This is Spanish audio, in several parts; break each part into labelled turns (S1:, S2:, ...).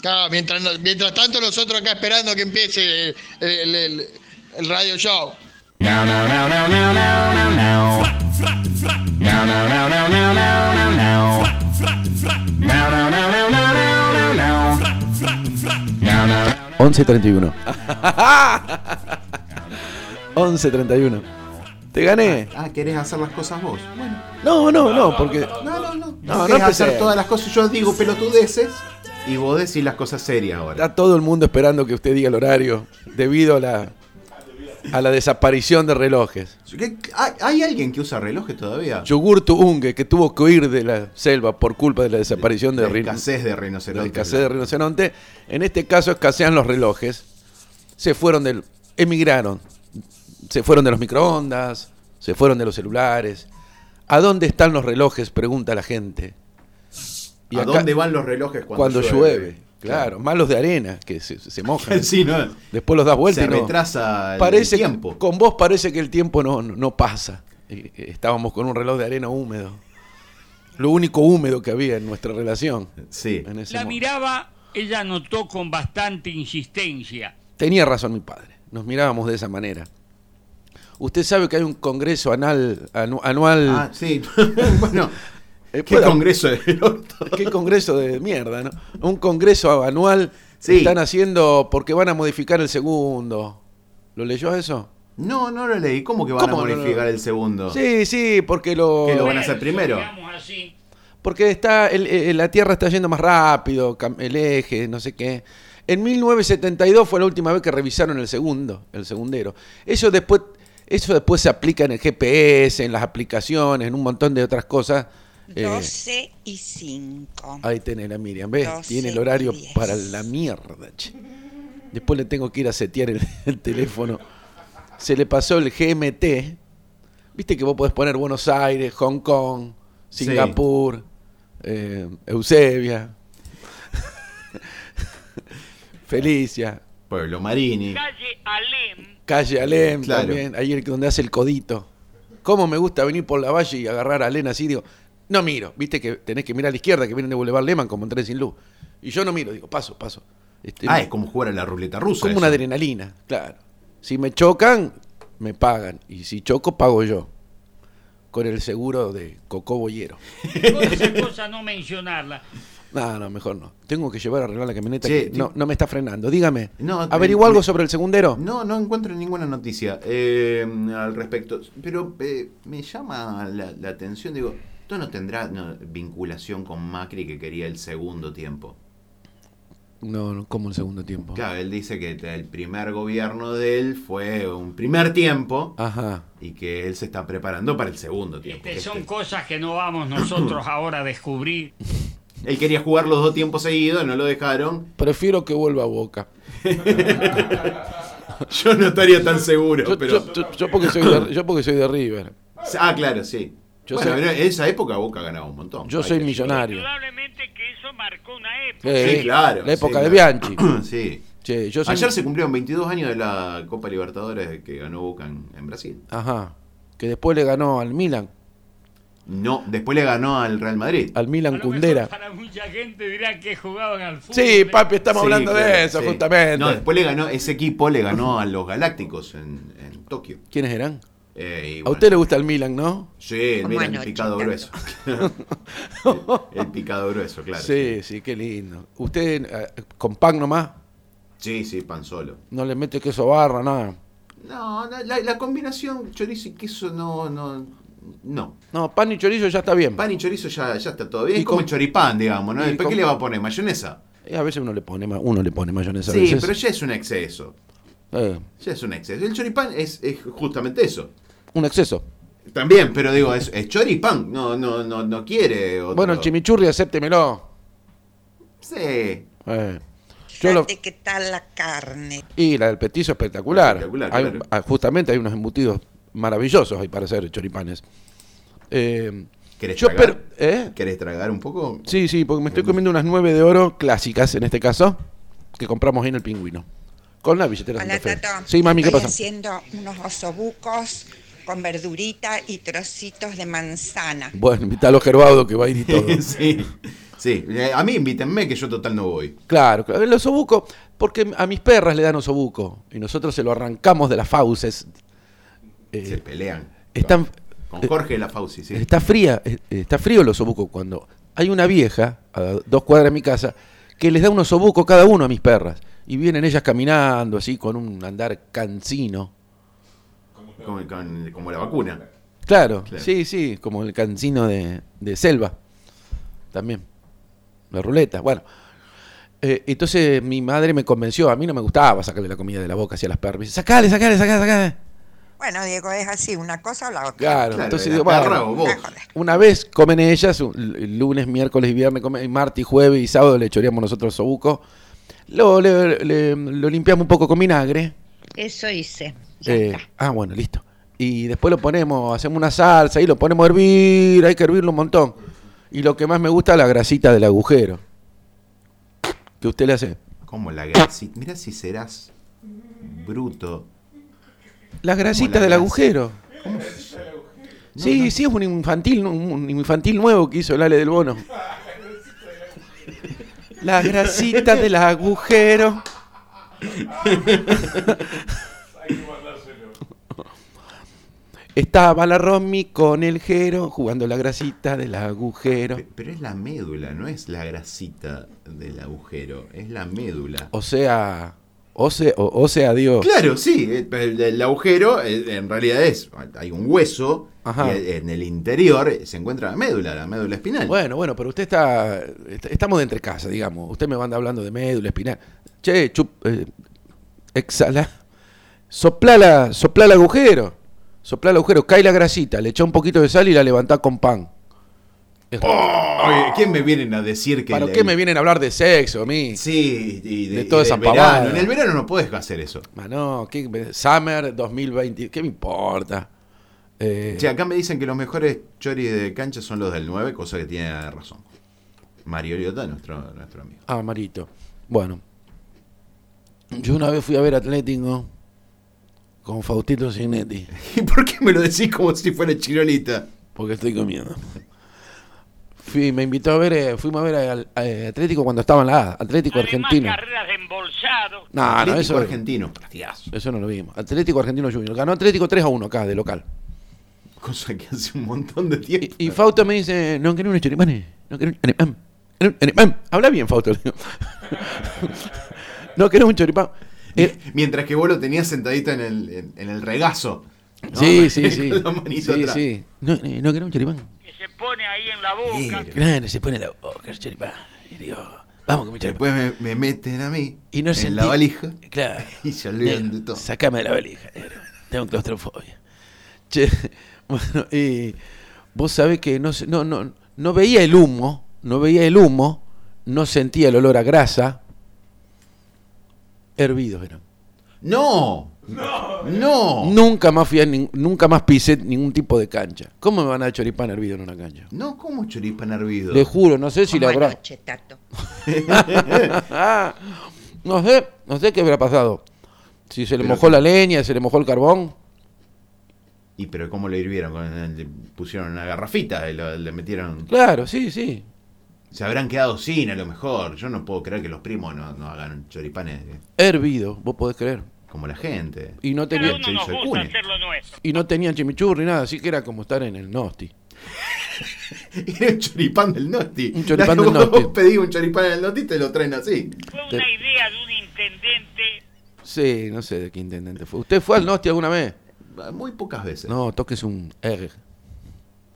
S1: Claro, mientras, no- mientras tanto nosotros acá esperando que empiece el, el- el- el radio show.
S2: No, no, no, no, no, no, no, no. No, no, no, no, no, no, no, no. No, no, no, no, no, no, no, no. No, no, no.
S3: 11.31. 11.31. ¿Te gané?
S4: Ah, ¿querés hacer las cosas vos? Bueno,
S3: No, no, no, porque...
S4: no, no, no.
S3: No,
S4: No,
S3: no
S4: querés hacer
S3: empecé.
S4: todas las cosas. Yo digo pelotudeces y vos decís las cosas serias ahora.
S3: Está todo el mundo esperando que usted diga el horario debido a la, a la desaparición de relojes.
S4: ¿Qué- hay- ¿Hay alguien que usa relojes todavía?
S3: Yogurtu Unge, que tuvo que huir de la selva por culpa de la desaparición de,
S4: La
S3: rin-
S4: escasez
S3: de
S4: de
S3: la
S4: rinoceronte.
S3: escasez de rinoceronte. En este caso escasean los relojes. Se fueron del... emigraron. Se fueron de los microondas, se fueron de los celulares. ¿A dónde están los relojes? Pregunta la gente. Y
S4: ¿A
S3: acá-
S4: dónde van los relojes
S3: cuando,
S4: cuando,
S3: llueve? Claro, malos de arena que se, se mojan.
S4: Sí, no.
S3: Después los das vuelta
S4: Se
S3: y no-
S4: retrasa el
S3: Parece que-
S4: tiempo.
S3: con vos parece que el tiempo no, no- no pasa. Eh, eh, Estábamos con un reloj de arena húmedo. Lo único húmedo que había en nuestra relación.
S4: Sí.
S3: en ese
S5: La
S3: mo-
S5: miraba, ella notó con bastante insistencia.
S3: Tenía razón mi padre. Nos mirábamos de esa manera. Usted sabe que hay un congreso anal, anu- anual.
S4: Ah, sí. bueno,
S3: Eh,
S4: qué
S3: pueda-
S4: congreso de orto.
S3: Qué congreso de mierda, ¿no? Un congreso anual
S4: Sí.
S3: están haciendo porque van a modificar el segundo. ¿Lo leyó eso?
S4: No, no lo leí. ¿Cómo que van
S3: ¿Cómo
S4: a
S3: no lo-
S4: modificar el segundo?
S3: Sí, sí, porque lo,
S4: Que lo van a hacer
S5: Verso,
S4: primero.
S5: digamos así.
S3: porque está el- el- la Tierra está yendo más rápido, cam- el eje, no sé qué. En 1972 fue la última vez que revisaron el segundo, el segundero. Eso después eso después se aplica en el GPS, en las aplicaciones, en un montón de otras cosas. Eh,
S6: 12 y 5.
S3: Ahí tenés la Miriam, ¿ves?
S6: Doce
S3: Tiene el
S6: y
S3: horario
S6: diez.
S3: para la mierda, che. Después le tengo que ir a setear el, el teléfono. Se le pasó el GMT. Viste que vos podés poner Buenos Aires, Hong Kong,
S4: Sí.
S3: Singapur, eh, Eusebia, Felicia,
S4: Pueblo Marini.
S5: Calle Alem,
S3: Calle Alem
S4: Claro.
S3: también, ahí el que- donde hace el codito. ¿Cómo me gusta venir por la valle y agarrar a Alem así? Digo, no miro, viste que tenés que mirar a la izquierda, que vienen de Boulevard Lehman como en tren sin luz. Y yo no miro, digo, paso, paso. Este,
S4: Ah, es como jugar a la ruleta rusa.
S3: como
S4: eso.
S3: una adrenalina, claro. Si me chocan, me pagan. Y si choco, pago yo. Con el seguro de Cocó Boyero.
S5: esa cosa no mencionarla.
S3: No, no, mejor no. Tengo que llevar a arreglar la camioneta.
S4: Che,
S3: que no,
S4: te-
S3: no me está frenando. Dígame.
S4: No,
S3: ¿Averigua
S4: eh,
S3: algo
S4: me-
S3: sobre el segundero?
S4: No, no encuentro ninguna noticia eh, al respecto. Pero eh, me llama la, la atención, digo, esto no tendrá no, vinculación con Macri que quería el segundo tiempo.
S3: No, no, como el segundo tiempo.
S4: Claro, él dice que el primer gobierno de él fue un primer tiempo
S3: Ajá.
S4: y que él se está preparando para el segundo tiempo.
S5: Este, son
S4: Este,
S5: cosas que no vamos nosotros ahora a descubrir.
S4: Él quería jugar los dos tiempos seguidos, no lo dejaron.
S3: Prefiero que vuelva a Boca.
S4: Yo no estaría tan seguro,
S3: Yo,
S4: pero...
S3: yo- yo- yo porque, soy de, yo porque soy de River.
S4: Ah, claro, sí.
S3: Yo
S4: Bueno,
S3: soy-
S4: pero en esa época Boca ganaba un montón.
S3: Yo
S4: Hay
S3: soy
S4: que-
S3: millonario.
S5: Indudablemente que eso marcó una época.
S3: Eh,
S4: Sí, claro.
S3: La época
S4: sí,
S3: de
S4: claro.
S3: Bianchi.
S4: sí.
S3: Che, yo soy-
S4: Ayer se cumplieron 22 años de la Copa Libertadores que ganó Boca en, en Brasil.
S3: Ajá. Que después le ganó al Milan.
S4: No, después le ganó al Real Madrid.
S3: Al
S5: A
S3: Milan
S5: lo mejor
S3: Cundera.
S5: Para mucha gente dirá que jugaban al fútbol. ¿eh?
S3: Sí, papi, estamos
S4: Sí,
S3: hablando
S4: claro,
S3: de eso,
S4: sí.
S3: justamente.
S4: No, después le ganó, ese equipo le ganó a los Galácticos en, en Tokio.
S3: ¿Quiénes eran?
S4: Eh, y
S3: A
S4: bueno,
S3: usted le gusta el Milan, ¿no?
S4: Sí, el Milan
S6: Bueno,
S4: picado
S6: chingando.
S4: grueso. el, el picado grueso, claro.
S3: sí, sí, qué lindo. Usted eh, con pan nomás,
S4: Sí, sí, pan solo.
S3: no le mete queso barra, nada.
S4: No, no, la, la combinación chorizo y queso no, no, no.
S3: No, pan y chorizo ya está bien.
S4: Pan y chorizo ya, ya está todo bien.
S3: Y
S4: Es como
S3: con-
S4: el choripán, digamos, ¿no?
S3: y
S4: Después,
S3: con-
S4: ¿qué le va a poner? ¿Mayonesa?
S3: Eh, a veces uno le pone, ma- uno le pone mayonesa. a
S4: Sí,
S3: veces.
S4: pero ya es un exceso.
S3: Eh,
S4: Ya es un exceso. El choripán es, es justamente eso.
S3: un exceso.
S4: También, pero digo, es, es choripán. No, no, no, no quiere. otro-
S3: Bueno, el chimichurri, acéptemelo.
S4: Sí.
S3: Eh. Yo lo-
S6: Fíjate qué tal la carne.
S3: Y la del petizo espectacular.
S4: Espectacular,
S3: Hay-
S4: claro.
S3: ah, Justamente hay unos embutidos maravillosos ahí para hacer choripanes. Eh,
S4: ¿Querés
S3: yo
S4: tragar?
S3: per- ¿eh?
S4: ¿Querés tragar un poco?
S3: Sí, sí, porque me estoy comiendo unas nueve de oro clásicas en este caso, que compramos ahí en el pingüino. Con la billetera de
S6: Hola,
S3: Santa Fe.
S6: Tato.
S3: Sí, mami, ¿qué
S6: Estoy
S3: pasa?
S6: haciendo unos osobucos con verdurita y trocitos de manzana.
S3: Bueno, invita a los Gerbaudo que va a ir y todo.
S4: sí. Sí, eh, a mí invítenme que yo total no voy.
S3: Claro, claro. El osobuco, porque a mis perras le dan osobuco y nosotros se lo arrancamos de las fauces. Eh,
S4: Se pelean.
S3: están-
S4: Con Jorge la Fauci, sí.
S3: Está fría, eh, está frío el osobuco cuando hay una vieja a dos cuadras de mi casa que les da un osobuco cada uno a mis perras y vienen ellas caminando así con un andar cansino.
S4: Con- con- como la vacuna.
S3: Claro,
S4: Claro.
S3: sí, sí, como el cansino de, de Selva. También. La ruleta, bueno. Eh, entonces mi madre me convenció, a mí no me gustaba sacarle la comida de la boca hacia las perras. Me dice, Sacale, sacale, sacale, sacale.
S6: Bueno, Diego, es así, una cosa o la otra.
S3: Claro,
S4: Claro,
S3: entonces
S4: la
S3: digo,
S4: perra
S3: bueno,
S4: o vos.
S6: Ah, joder.
S3: Una vez comen ellas, un- el lunes, miércoles y viernes, comen, y martes, jueves y sábado le choreamos nosotros sobuco. Lo, le- le- lo limpiamos un poco con vinagre.
S7: Eso hice.
S3: Eh, ah, bueno, listo. Y después lo ponemos, hacemos una salsa y lo ponemos a hervir, hay que hervirlo un montón. Y lo que más me gusta es la grasita del agujero. Que usted le hace.
S4: Como la grasita. Mira si serás bruto.
S3: La grasita
S4: la
S3: del
S4: grasa?
S3: agujero. Sí, sí, es un infantil, un infantil nuevo que hizo el Ale del Bono. La grasita del agujero. Estaba la Romy con el Jero jugando la grasita del agujero.
S4: Pe- Pero es la médula, no es la grasita del agujero, es la médula.
S3: O sea, o sea, o, o sea, Dios.
S4: Claro, sí, eh, el, el agujero eh, en realidad es, hay un hueso
S3: Ajá.
S4: y eh, en el interior eh, se encuentra la médula, la médula espinal.
S3: Bueno, bueno, pero usted está, est- Estamos de entre casa, digamos. Usted me anda hablando de médula espinal. Che, chup, eh, exhala. Sopla, la, sopla el agujero. Sopla el agujero, cae la grasita, le echa un poquito de sal y la levanta con pan. Es-
S4: Oye, ¿quién me vienen a decir que...
S3: ¿Para
S4: la-
S3: qué me vienen a hablar de sexo a mí?
S4: Sí, y de,
S3: De
S4: y
S3: toda
S4: del
S3: esa
S4: verano.
S3: pavada.
S4: En el verano no puedes hacer eso.
S3: Ah, no, ¿qué- Summer 2020, ¿qué me importa? Eh,
S4: Che, acá me dicen que los mejores choris de cancha son los del 9, cosa que tiene razón. Mario Liotta, nuestro, nuestro amigo.
S3: Ah, Marito. Bueno. Yo una vez fui a ver Atlético con Faustito Signetti.
S4: ¿Y por qué me lo decís como si fuera chirolita?
S3: Porque estoy comiendo. Fui, me invitó a ver, eh, fuimos a ver al a, eh, Atlético cuando estaba en la A, Atlético Argentino.
S5: Además, carreras de embolsado.
S3: No, no,
S4: Atlético
S3: eso,
S4: argentino, partidazo.
S3: eso no lo vimos. Atlético Argentino Junior. Ganó Atlético 3 a 1 acá, de local.
S4: Cosa que hace un montón de tiempo.
S3: Y, y Fausto me dice, no quiero un choripán, no quiero un choripán. quiero un choripán". Habla bien, Fausto. le digo. no quiero un choripán. Eh,
S4: Mientras que vos lo tenías sentadito en el, en, en el regazo. ¿no?
S3: Eh, sí, sí, sí.
S4: Con la manito
S3: Sí,
S4: atrás.
S3: sí. No, eh, no quiero un choripán.
S5: Que se pone ahí en la boca.
S3: Claro, se pone la boca el choripán. Y digo, vamos con mi choripán.
S4: Después me, me meten a mí
S3: Y no
S4: en
S3: sentí-
S4: la valija
S3: Claro.
S4: y se olvidan de todo.
S3: Sacame de la valija, negro. Tengo claustrofobia. Che, bueno, y vos sabés que no, se- no, no, no veía el humo, no veía el humo, no sentía el olor a grasa. Hervidos eran.
S4: ¡No! ¡No! ¡No!
S3: Nunca más fui a nin- nunca más pisé ningún tipo de cancha. ¿Cómo me van a dar choripán hervido en una cancha?
S4: No como choripán hervido.
S3: Le juro, no sé si
S7: Como
S3: la habrá.
S7: anoche, Tato.
S3: Ah, no sé, no sé qué habrá pasado. Si se le
S4: Pero
S3: mojó
S4: que-
S3: la leña, se le mojó el carbón.
S4: ¿Y pero cómo lo hirvieron? Con- Le pusieron una garrafita y lo- le metieron...
S3: Claro, sí, sí.
S4: Se habrán quedado sin a lo mejor. Yo no puedo creer que los primos no, no hagan choripanes eh,
S3: Hervido, vos podés creer.
S4: como la gente.
S3: Y no
S5: Cada
S3: tenía,
S5: uno nos
S4: Soy
S5: gusta
S4: cune.
S5: hacer lo nuestro.
S3: y no tenían chimichurri, nada, así que era como estar en el Nosti.
S4: Era un choripán del Noti.
S3: Un choripán del
S4: Cuando
S3: Noti.
S4: Vos pedís un choripán del Noti te lo traen así.
S5: Fue
S3: Te-
S5: una idea de un intendente.
S3: Sí, no sé de qué intendente fue. ¿Usted fue al Nosti alguna vez?
S4: Muy pocas veces. No,
S3: No, toques un R.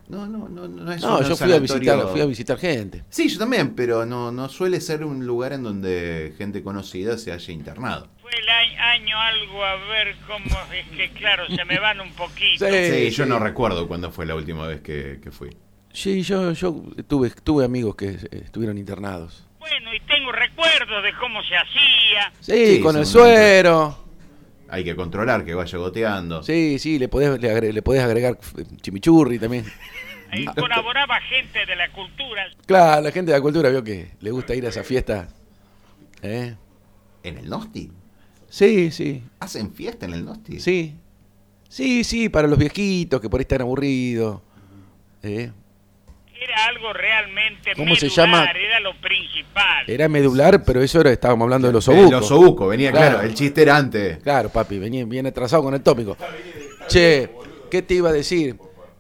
S4: no, no, no, es
S3: No,
S4: un
S3: yo fui a, visitar,
S4: sanatorio-
S3: fui a visitar gente.
S4: Sí, yo también, pero no, no suele ser un lugar en donde gente conocida se haya internado.
S5: Fue el año, año algo a ver cómo es que, claro, se me van un poquito.
S3: Sí,
S4: Sí, yo no recuerdo cuándo fue la última vez que, que fui.
S3: Sí, yo, yo tuve, tuve amigos que eh, estuvieron internados.
S5: Bueno, y tengo recuerdos de cómo se hacía.
S3: Sí,
S4: Sí,
S3: con el
S4: seguramente.
S3: suero.
S4: Hay que controlar que vaya goteando.
S3: Sí, sí, le podés, le, agre- le podés agregar eh, chimichurri también.
S5: Ahí eh,
S3: Mm.
S5: colaboraba gente de la cultura.
S3: Claro, la gente de la cultura vio que le gusta ir a esa fiesta. ¿Eh?
S4: ¿En el Nosti?
S3: Sí, sí,
S4: ¿Hacen fiesta en el Nosti?
S3: sí. Sí, sí, para los viejitos que por ahí están aburridos. ¿Eh?
S5: Era era algo realmente
S3: ¿Cómo se
S5: medular,
S3: llama? Eh,
S5: era lo principal.
S3: Era medular, pero eso era, estábamos hablando de los
S4: Eh,
S3: obucos.
S4: Los obucos, venía claro.
S3: Claro.
S4: el chiste era antes.
S3: Claro, papi, venía bien atrasado con el tópico. Che, ¿qué te iba a decir?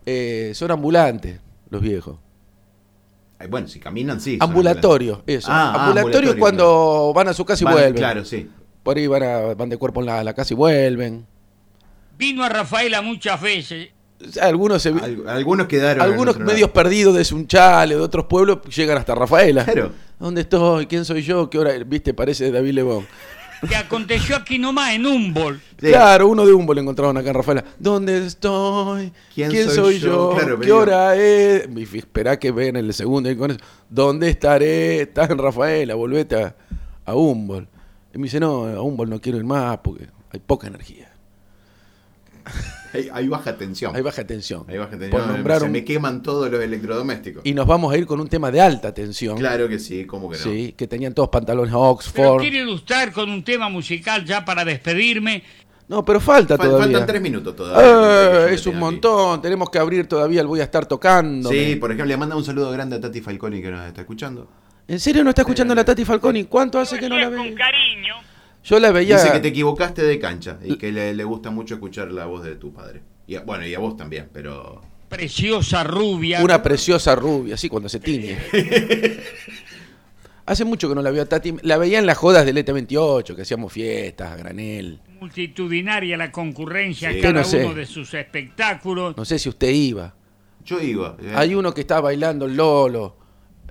S3: Eh, son ambulantes los viejos.
S4: Ay, Bueno, si caminan, sí. son
S3: Ambulatorios, eso.
S4: Ah, ah,
S3: ambulatorios
S4: ambulatorio,
S3: cuando van a su casa y
S4: Van-
S3: vuelven.
S4: Claro, sí.
S3: Por ahí van, a- van de cuerpo en la, la casa y vuelven.
S5: Vino a Rafaela muchas veces.
S3: Algunos se,
S4: Al- Algunos quedaron. en
S3: algunos
S4: otro lado.
S3: medios perdidos de Sunchale, de otros pueblos, llegan hasta Rafaela.
S4: Claro.
S3: ¿Dónde estoy? ¿Quién soy yo? ¿Qué hora? es? Viste, parece David Lebón.
S5: Que aconteció aquí nomás en Humboldt.
S4: Sí.
S3: Claro, uno de Humbo lo encontraron acá en Rafaela. ¿Dónde estoy? ¿Quién,
S4: ¿Quién
S3: soy,
S4: soy
S3: yo?
S4: yo? Claro,
S3: ¿Qué
S4: pero
S3: hora es? Y fi- Esperá que ven el segundo y con eso. ¿Dónde estaré? Estás en Rafaela, volvete a, a Humboldt. Y me dice, no, a Humboldt no quiero ir más porque hay poca energía.
S4: Hay, hay baja tensión.
S3: Hay baja tensión.
S4: Hay baja tensión.
S3: Por nombrar
S4: se
S3: un-
S4: me queman todos los electrodomésticos.
S3: Y nos vamos a ir con un tema de alta tensión.
S4: Claro que sí, ¿cómo que no?
S3: Sí, que tenían todos pantalones
S5: Pero
S3: Oxford.
S5: quiero ilustrar con un tema musical ya para despedirme.
S3: No, pero falta
S4: Fal-
S3: todavía.
S4: faltan tres minutos todavía.
S3: Eh, es un
S4: Aquí.
S3: montón. Tenemos que abrir todavía el voy a estar tocando.
S4: Sí, por ejemplo, le manda un saludo grande a Tati Falconi que nos está escuchando.
S3: ¿En serio no está escuchando la Tati Falconi? ¿Cuánto hace que no la
S5: Decía con
S3: ve?
S5: cariño.
S3: Yo la veía.
S4: Dice que te equivocaste de cancha y que le, le gusta mucho escuchar la voz de tu padre. Y a- bueno, y a vos también, pero.
S5: Preciosa rubia.
S3: Una preciosa rubia, así cuando se tiñe. Hace mucho que no la veo a Tati. La veía en las jodas del ET28, que hacíamos fiestas a granel.
S5: Multitudinaria la concurrencia
S4: Sí.
S5: a cada
S3: Yo no sé.
S5: uno de sus espectáculos.
S3: No sé si usted iba.
S4: Yo digo. eh,
S3: Hay uno que está bailando el Lolo.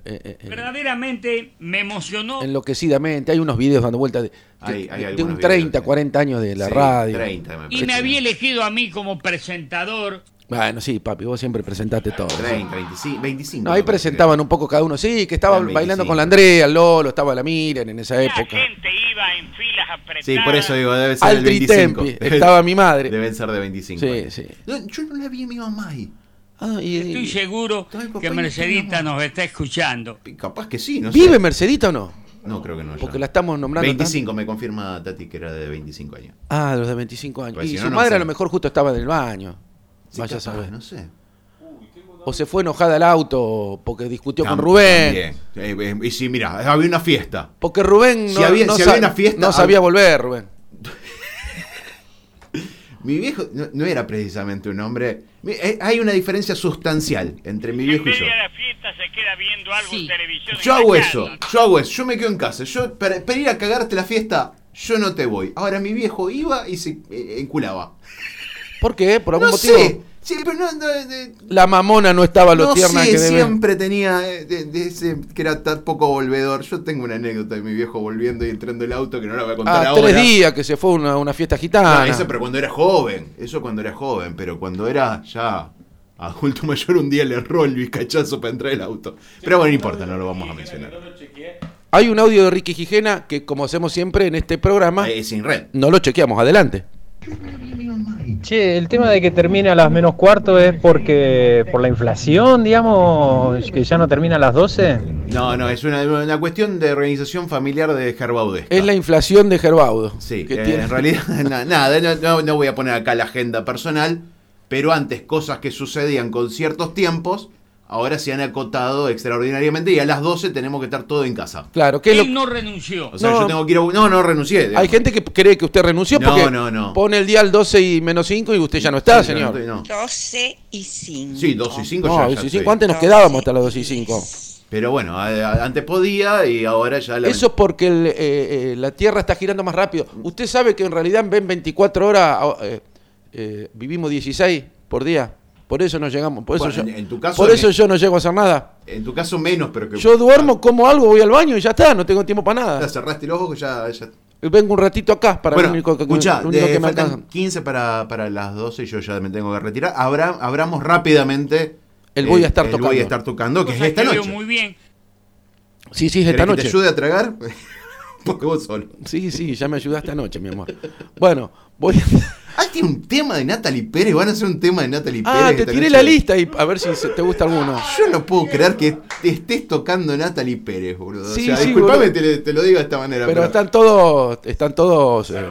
S3: eh, eh, eh,
S5: Verdaderamente me emocionó
S3: enloquecidamente. Hay unos videos dando vueltas de, de-
S4: Oh. Hay- hay
S3: de
S4: algunos
S3: un
S4: videos,
S3: 30,
S4: sí.
S3: 40 años de la
S4: sí,
S3: radio.
S4: 30, me
S5: y
S4: parece.
S5: me había elegido a mí como presentador.
S3: Bueno, sí, papi, vos siempre presentaste todo.
S4: 30, 25. 25
S3: No, ahí
S4: me parece que-
S3: presentaban un poco cada uno. Sí, que estaba
S4: Eran
S3: bailando
S4: 25.
S3: con la Andrea, el Lolo, estaba la Miriam en esa
S5: La
S3: época.
S5: gente iba en filas apretadas.
S4: Sí, por eso digo, debe ser del
S3: Altri
S4: 25.
S3: Tempi, estaba mi madre.
S4: Deben ser de 25.
S3: Sí,
S4: años.
S3: sí.
S4: No, yo no la vi a mi mamá ahí.
S3: Ah, y-
S5: Estoy
S3: y-
S5: seguro
S4: Ay, papá,
S5: que Mercedita nos está escuchando.
S4: Capaz que sí, no sé.
S3: ¿Vive Mercedita o no?
S4: No, creo que no. ya.
S3: Porque la estamos nombrando.
S4: 25, me confirma Tati que era de 25 años.
S3: tanto. Ah, los de 25 años.
S4: Pues
S3: y
S4: si
S3: su
S4: no, no
S3: madre a
S4: sé.
S3: lo mejor justo estaba en el baño.
S4: Sí,
S3: Vaya a
S4: capaz,
S3: saber.
S4: No sé.
S3: O se fue enojada al auto porque discutió
S4: Tam-
S3: con Rubén.
S4: también. Eh, eh, y sí, mira, había una fiesta.
S3: Porque Rubén no,
S4: Si había-
S3: no
S4: si había una fiesta,
S3: no
S4: hab-
S3: sabía volver, Rubén.
S4: Mi viejo no, no era precisamente un hombre. Mi- eh, Hay una diferencia sustancial entre mi
S5: En
S4: viejo y
S5: medio
S4: yo.
S5: de la fiesta se queda viendo algo
S6: Sí.
S5: en televisión.
S4: Yo
S5: en la
S4: hago
S5: casa.
S4: eso, yo hago eso, yo me quedo en casa. Yo, para, para ir a cagarte la fiesta, yo no te voy. Ahora mi viejo iba y se eh, enculaba.
S3: ¿Por qué? ¿Por algún
S4: No
S3: motivo?
S4: sé. Sí, pero no, no, eh,
S3: La mamona no estaba lo
S4: no
S3: tierna
S4: sé,
S3: que debe.
S4: siempre tenía eh, de, de ese que era tan poco volvedor. Yo tengo una anécdota de mi viejo volviendo y entrando el auto que no la voy a
S3: Ah,
S4: contar ahora.
S3: tres días que se fue a una, una fiesta
S4: Ah,
S3: gitana.
S4: eso pero cuando era joven, eso cuando era joven, pero cuando era ya adulto mayor un día le erró el bizcachazo para entrar el auto. Pero bueno, no importa, no lo vamos a mencionar.
S3: Hay un audio de Ricky Gijena que, como hacemos siempre en este programa,
S4: Eh, sin red.
S3: no lo chequeamos. Adelante.
S7: Che, el tema de que termine a las menos cuarto es porque por la inflación, digamos, que ya no termina a las 12.
S4: No, no, es una, una cuestión de organización familiar de Gerbaudesca.
S3: Es la inflación de Gerbaudo.
S4: Sí,
S3: que
S4: eh,
S3: tiene-
S4: en realidad, na- nada, no, no- no voy a poner acá la agenda personal, pero antes cosas que sucedían con ciertos tiempos, ahora se han acotado extraordinariamente y a las 12 tenemos que estar todo en casa.
S3: Claro, que es lo-
S5: Él no renunció.
S4: O sea,
S3: No.
S4: yo tengo que ir a... bu- No, no renuncié.
S3: hay gente que cree que usted renunció
S4: No,
S3: porque
S4: no, no.
S3: pone el día al 12 y menos 5 y usted ya no está, señor.
S4: No.
S6: 12 y 5.
S4: Sí, 12 y 5
S3: No,
S4: ya, ya
S3: 12 y
S4: estoy.
S3: 5, antes nos quedábamos hasta las 12 y 5.
S4: Pero bueno, a- a- antes podía y ahora ya la...
S3: Eso porque el, eh, eh, la Tierra está girando más rápido. Usted sabe que en realidad en 24 horas eh, eh, vivimos 16 por día. Por eso no llegamos. Por eso,
S4: Bueno,
S3: yo,
S4: en- en tu caso,
S3: por eso
S4: en- e-
S3: yo no llego a hacer nada.
S4: En tu caso menos, pero que...
S3: Yo duermo, como algo, voy al baño y ya está. No tengo tiempo para
S4: Ya
S3: nada.
S4: cerraste los ojos, ya... ya...
S3: Vengo un ratito acá para
S4: bueno,
S3: lo único que,
S4: escuchá,
S3: lo único
S4: eh,
S3: que me
S4: faltan
S3: alcanza.
S4: 15 para, para las 12 y yo ya me tengo que retirar. Abra- abramos rápidamente... eh,
S3: El voy a estar
S4: El voy
S3: tocando.
S4: a estar tocando, que es
S5: Cosa
S4: esta
S5: que veo
S4: noche.
S5: muy bien.
S3: Sí, sí, es
S4: ¿Querés
S3: esta
S4: que
S3: noche.
S4: te ayude a tragar? Porque vos solo.
S3: Sí, sí, ya me ayudaste anoche, mi amor. Bueno, voy a...
S4: Hazte Ah, un tema de Natalie Pérez, van a hacer un tema de Natalie Pérez.
S3: Ah, te
S4: esta
S3: tiré
S4: noche.
S3: la lista y a ver si se- te gusta alguno.
S4: Yo no puedo creer que te estés tocando Natalie Pérez, boludo.
S3: Sí,
S4: o sea,
S3: sí,
S4: disculpame,
S3: boludo.
S4: te, le- te lo digo de esta manera.
S3: Pero están todos, están todos... eh,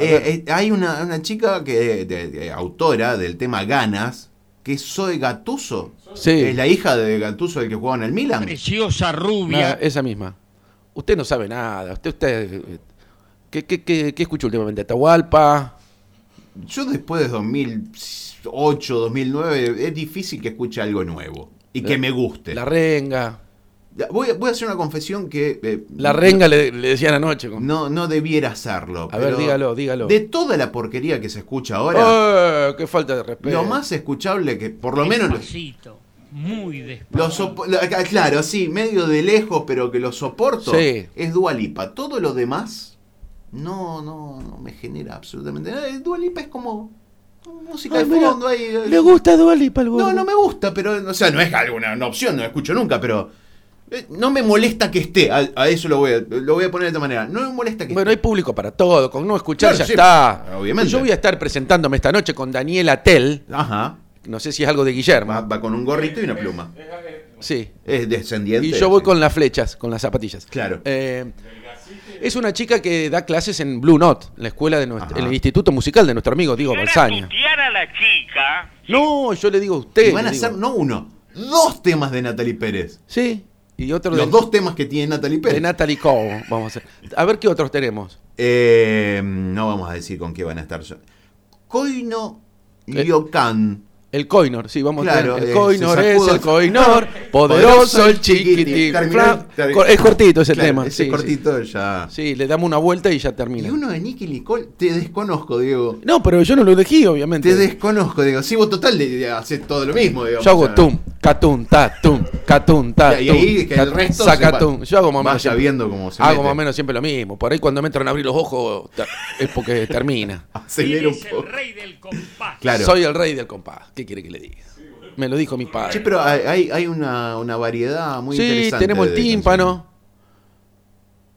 S4: Eh, eh, hay una, una chica que de- de- de- autora del tema Ganas, que Zoe Gattuso
S3: Sí.
S4: es la hija de Gattuso, el que jugaba en el Milan.
S5: Preciosa rubia.
S3: Nada, eh, esa misma. Usted no sabe nada. Usted, usted eh, ¿qué, qué, qué, qué escuchó últimamente? Atahualpa.
S4: Yo después de 2008, 2009, es difícil que escuche algo nuevo y que me guste.
S3: La renga.
S4: Voy, a- voy a hacer una confesión que... eh,
S3: La renga le, le decían anoche. con-
S4: No, no debiera hacerlo.
S3: A ver,
S4: pero
S3: dígalo, dígalo.
S4: De toda la porquería que se escucha ahora,
S3: ¡Eh, ¡Qué falta de respeto!
S4: lo más escuchable que, por lo menos... los-
S5: Despacito, muy despacito.
S4: Lo sopo- lo- ah, claro, sí, medio de lejos, pero que lo soporto.
S3: Sí.
S4: Es Dualipa. Todo lo demás no, no, no me genera absolutamente nada. Dualipa es como música
S3: Ay,
S4: de
S3: mira,
S4: fondo ahí. eh.
S3: Le gusta Dualipa al
S4: No, no me gusta, pero o sea, no es alguna una opción, no la escucho nunca, pero eh, no me molesta que esté. A, a eso lo voy a, lo voy a poner de esta manera. No me molesta que
S3: Bueno, hay público para todo. Con no escuchar ya
S4: Claro, sí, Ah,
S3: está.
S4: obviamente.
S3: Yo voy a estar presentándome esta noche con Daniela Tell.
S4: esté. Ajá.
S3: No sé si es algo de Guillermo.
S4: Va, va con un gorrito y una pluma.
S3: Sí.
S4: Es descendiente.
S3: Y yo voy
S4: sí.
S3: con las flechas, con las zapatillas.
S4: Claro.
S3: Eh, es una chica que da clases en Blue Note, la escuela de nuestro,
S4: Ajá.
S3: el instituto musical de nuestro amigo Diego
S5: Era
S3: Balsaña.
S5: tutear a la chica.
S3: No, yo le digo a usted.
S4: Y van a
S3: le digo.
S4: hacer, no uno, dos temas de Natalie Pérez.
S3: Sí. Y otro
S4: Los
S3: de,
S4: dos temas que tiene Natalie Pérez.
S3: de Natalie Cole. Vamos a hacer. A ver qué otros tenemos.
S4: Eh, no vamos a decir con qué van a estar. yo- Coino
S3: Eh,
S4: Liocan.
S3: El Coinor, sí, vamos a
S4: Claro,
S3: ver.
S4: eh,
S3: El Coinor
S4: se
S3: es
S4: sacudo-
S3: el Coinor, poderoso el chiquitín.
S4: Terminó-
S3: Fla-
S4: terminó-
S3: co- Es cortito ese
S4: Claro,
S3: tema.
S4: ese
S3: sí,
S4: cortito ya.
S3: Sí. Sí, le damos una vuelta y ya termina.
S4: Y uno de Nicky Nicole, te desconozco, Diego.
S3: No, pero yo no lo elegí, obviamente.
S4: Te desconozco, Diego. Sí, vos total le- le haces todo lo mismo, digamos.
S3: Yo hago
S4: o sea.
S3: tum, catum, tatum, catum, tatum.
S4: Y ahí que el resto se
S3: sacatum.
S4: va-
S3: Yo hago más o menos.
S4: vaya
S3: siempre-
S4: viendo cómo se
S3: Hago
S4: mete.
S3: más o menos siempre lo mismo. Por ahí cuando me entran a abrir los ojos ter- es porque termina.
S4: Acelera un
S5: Eres
S4: poco.
S5: el rey del compás.
S4: Claro.
S3: Soy el rey del compás. ¿Qué quiere que le diga? Me lo dijo mi padre.
S4: Sí, pero hay- hay, hay una, una variedad muy
S3: sí,
S4: interesante.
S3: tenemos el
S4: de
S3: tímpano.
S4: canciones.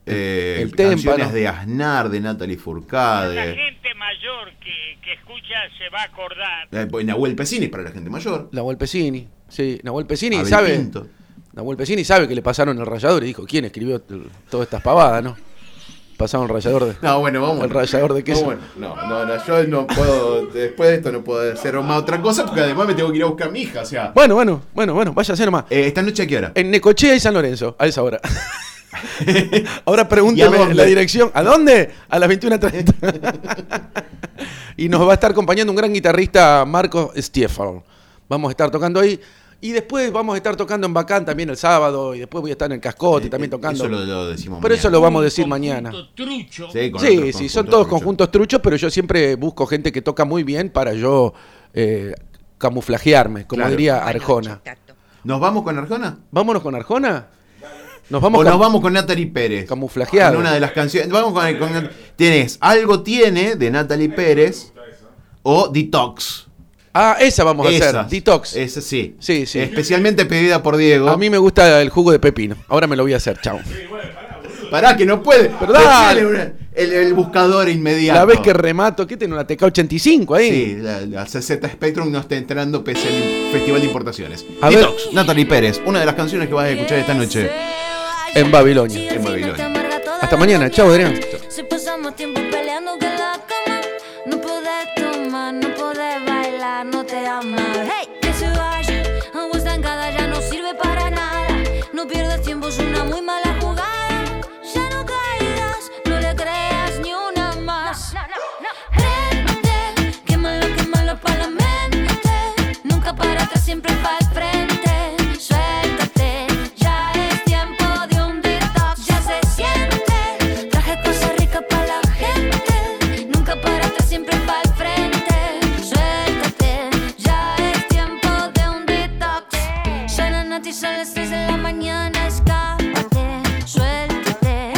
S4: Eh,
S3: el
S4: Canciones
S3: tímpano.
S4: de Aznar, de Natalie
S5: La
S3: Eh.
S4: Furcade.
S5: gente mayor que, que escucha se va a acordar.
S4: Eh, pues, Nahuel Pesini para la gente mayor.
S3: Nahuel Pesini. Sí, Nahuel Pesini
S4: Abel
S3: sabe.
S4: Pinto.
S3: Nahuel Pesini sabe que le pasaron el rayador y dijo: ¿Quién escribió t- todas estas pavadas, no? Pasaron el rayador de.
S4: No, bueno, vamos.
S3: El rallador de queso.
S4: No, bueno, no, no, no, yo no puedo, después de esto no puedo hacer más otra cosa porque además me tengo que ir a buscar a mi hija, o sea.
S3: Bueno, bueno, bueno, bueno, váyase nomás.
S4: Eh, ¿Esta noche a qué hora?
S3: En Necochea y San Lorenzo, a esa hora. Ahora
S4: ¿Y a
S3: pregúnteme
S4: dónde?
S3: la dirección. ¿A dónde? A las 21.30. y nos va a estar acompañando un gran guitarrista, Marco Stiefel. Vamos a estar tocando ahí. Y después vamos a estar tocando en Bacán también el sábado. Y después voy a estar en el Cascote también tocando.
S4: Eh, Eso lo, lo decimos
S3: pero eso
S4: mañana.
S3: lo vamos a decir
S5: Conjunto
S3: mañana.
S5: Trucho.
S4: Sí, con
S3: Sí,
S4: otros
S3: sí, son todos
S4: truchos.
S3: conjuntos truchos, pero yo siempre busco gente que toca muy bien para yo eh, camuflajearme, como
S4: Claro.
S3: diría
S6: Buenas
S3: Arjona.
S6: noches, Tato.
S4: ¿Nos vamos con Arjona?
S3: ¿Vámonos con Arjona? Nos
S4: ¿O
S3: vamos
S4: nos
S3: con-
S4: vamos con Natalie Pérez?
S3: Camuflajeado.
S4: En una de las canciones. Vamos con, con- Tienes Algo Tiene de Natalie Pérez o Detox.
S3: Ah, esa vamos a
S4: Esas.
S3: hacer. Detox.
S4: Esa sí.
S3: Sí, sí.
S4: Especialmente pedida por Diego.
S3: A mí me gusta el jugo de pepino. Ahora me lo voy a hacer, chao.
S4: Pará, que no puede.
S3: dale.
S4: Te sale una- El, el buscador inmediato.
S3: La vez que remato, ¿qué tiene? Una TK85 ahí.
S4: Sí, la, la CZ Spectrum no está entrando pese al Festival de Importaciones.
S3: A ver.
S4: Detox, Natalie Pérez, una de las canciones que vas a escuchar esta noche.
S3: En Babilonia.
S4: En Babilonia.
S3: Hasta mañana, chao, Adrián.
S8: Si pasamos tiempo peleando que la cama No podés tomar, no podés bailar, no te ama Hey, que se vaya, agua estancada ya no sirve para nada No pierdas tiempo, es una muy mala jugada Ya no caigas, no le creas ni una más Prende, quémalo, quémalo pa' la mente Nunca para atrás, siempre para el frente Suéltate, ya es tiempo de un detox Ya se siente, traje cosas ricas para la gente Nunca para atrás, siempre para el frente Suéltate, ya es tiempo de un detox Salen a ti son las 6 de la mañana, escápate Suéltate,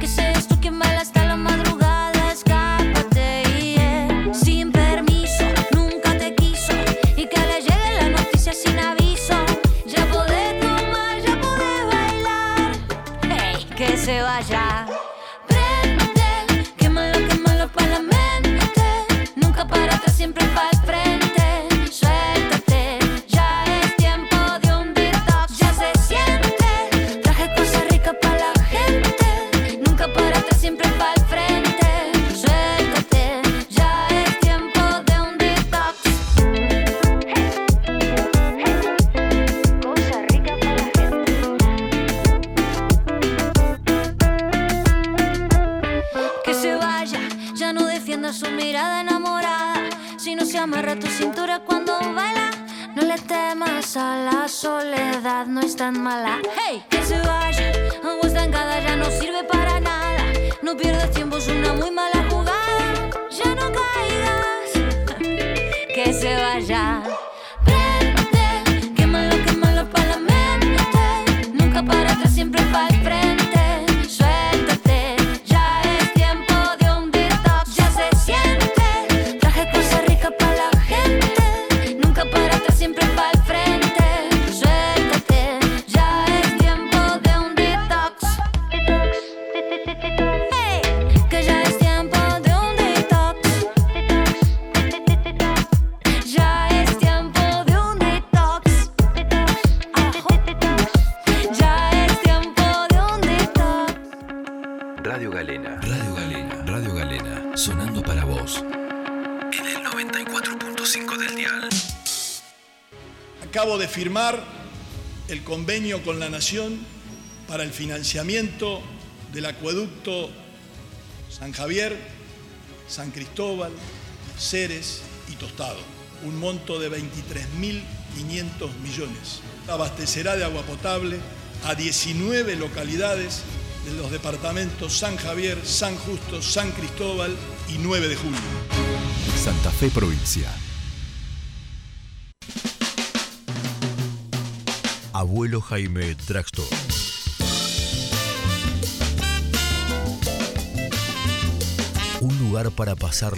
S8: que seas tú quien baila hasta la madrugada Escápate, yeah. sin permiso, nunca te quiso Y que le llegue la noticia sin aviso Ya podés tomar, ya podés bailar Ey, que se vaya Prende, quémalo, quémalo pa' la mente Nunca para atrás, siempre para el frente Suéltate, ya es tiempo de un detox Ya se siente, traje cosas ricas para la gente Nunca para atrás, siempre para el frente Suéltate, ya es tiempo de un detox pero su mirada enamorada. Si no se amarra tu cintura cuando baila, no le temas a la soledad, no es tan mala. Hey, que se vaya, agua estancada ya no sirve para nada. No pierdas tiempo, es una muy mala jugada. Ya no caigas, que se vaya. Prende, quémalo, quémalo para la mente. Nunca para atrás, siempre para el frente. Suéltate, ya es tiempo de un detox. Ya se siente. Traje cosas ricas para la gente. Nunca para atrás, siempre para el frente. Suéltate, ya es tiempo de un detox. Detox, Hey, que ya es tiempo de un detox. Ya es tiempo de un detox. Ya es tiempo de un detox.
S9: Radio Galena. Radio Galena. Radio Galena. Sonando para vos. En el 94.5 del dial.
S10: Acabo de firmar el convenio con la Nación para el financiamiento del acueducto San Javier, San Cristóbal, Ceres y Tostado, un monto de 23.500 millones. Abastecerá de agua potable a 19 localidades de los departamentos San Javier, San Justo, San Cristóbal y 9 de julio.
S9: Santa Fe Provincia. Abuelo Jaime Dragstore. Un lugar para pasar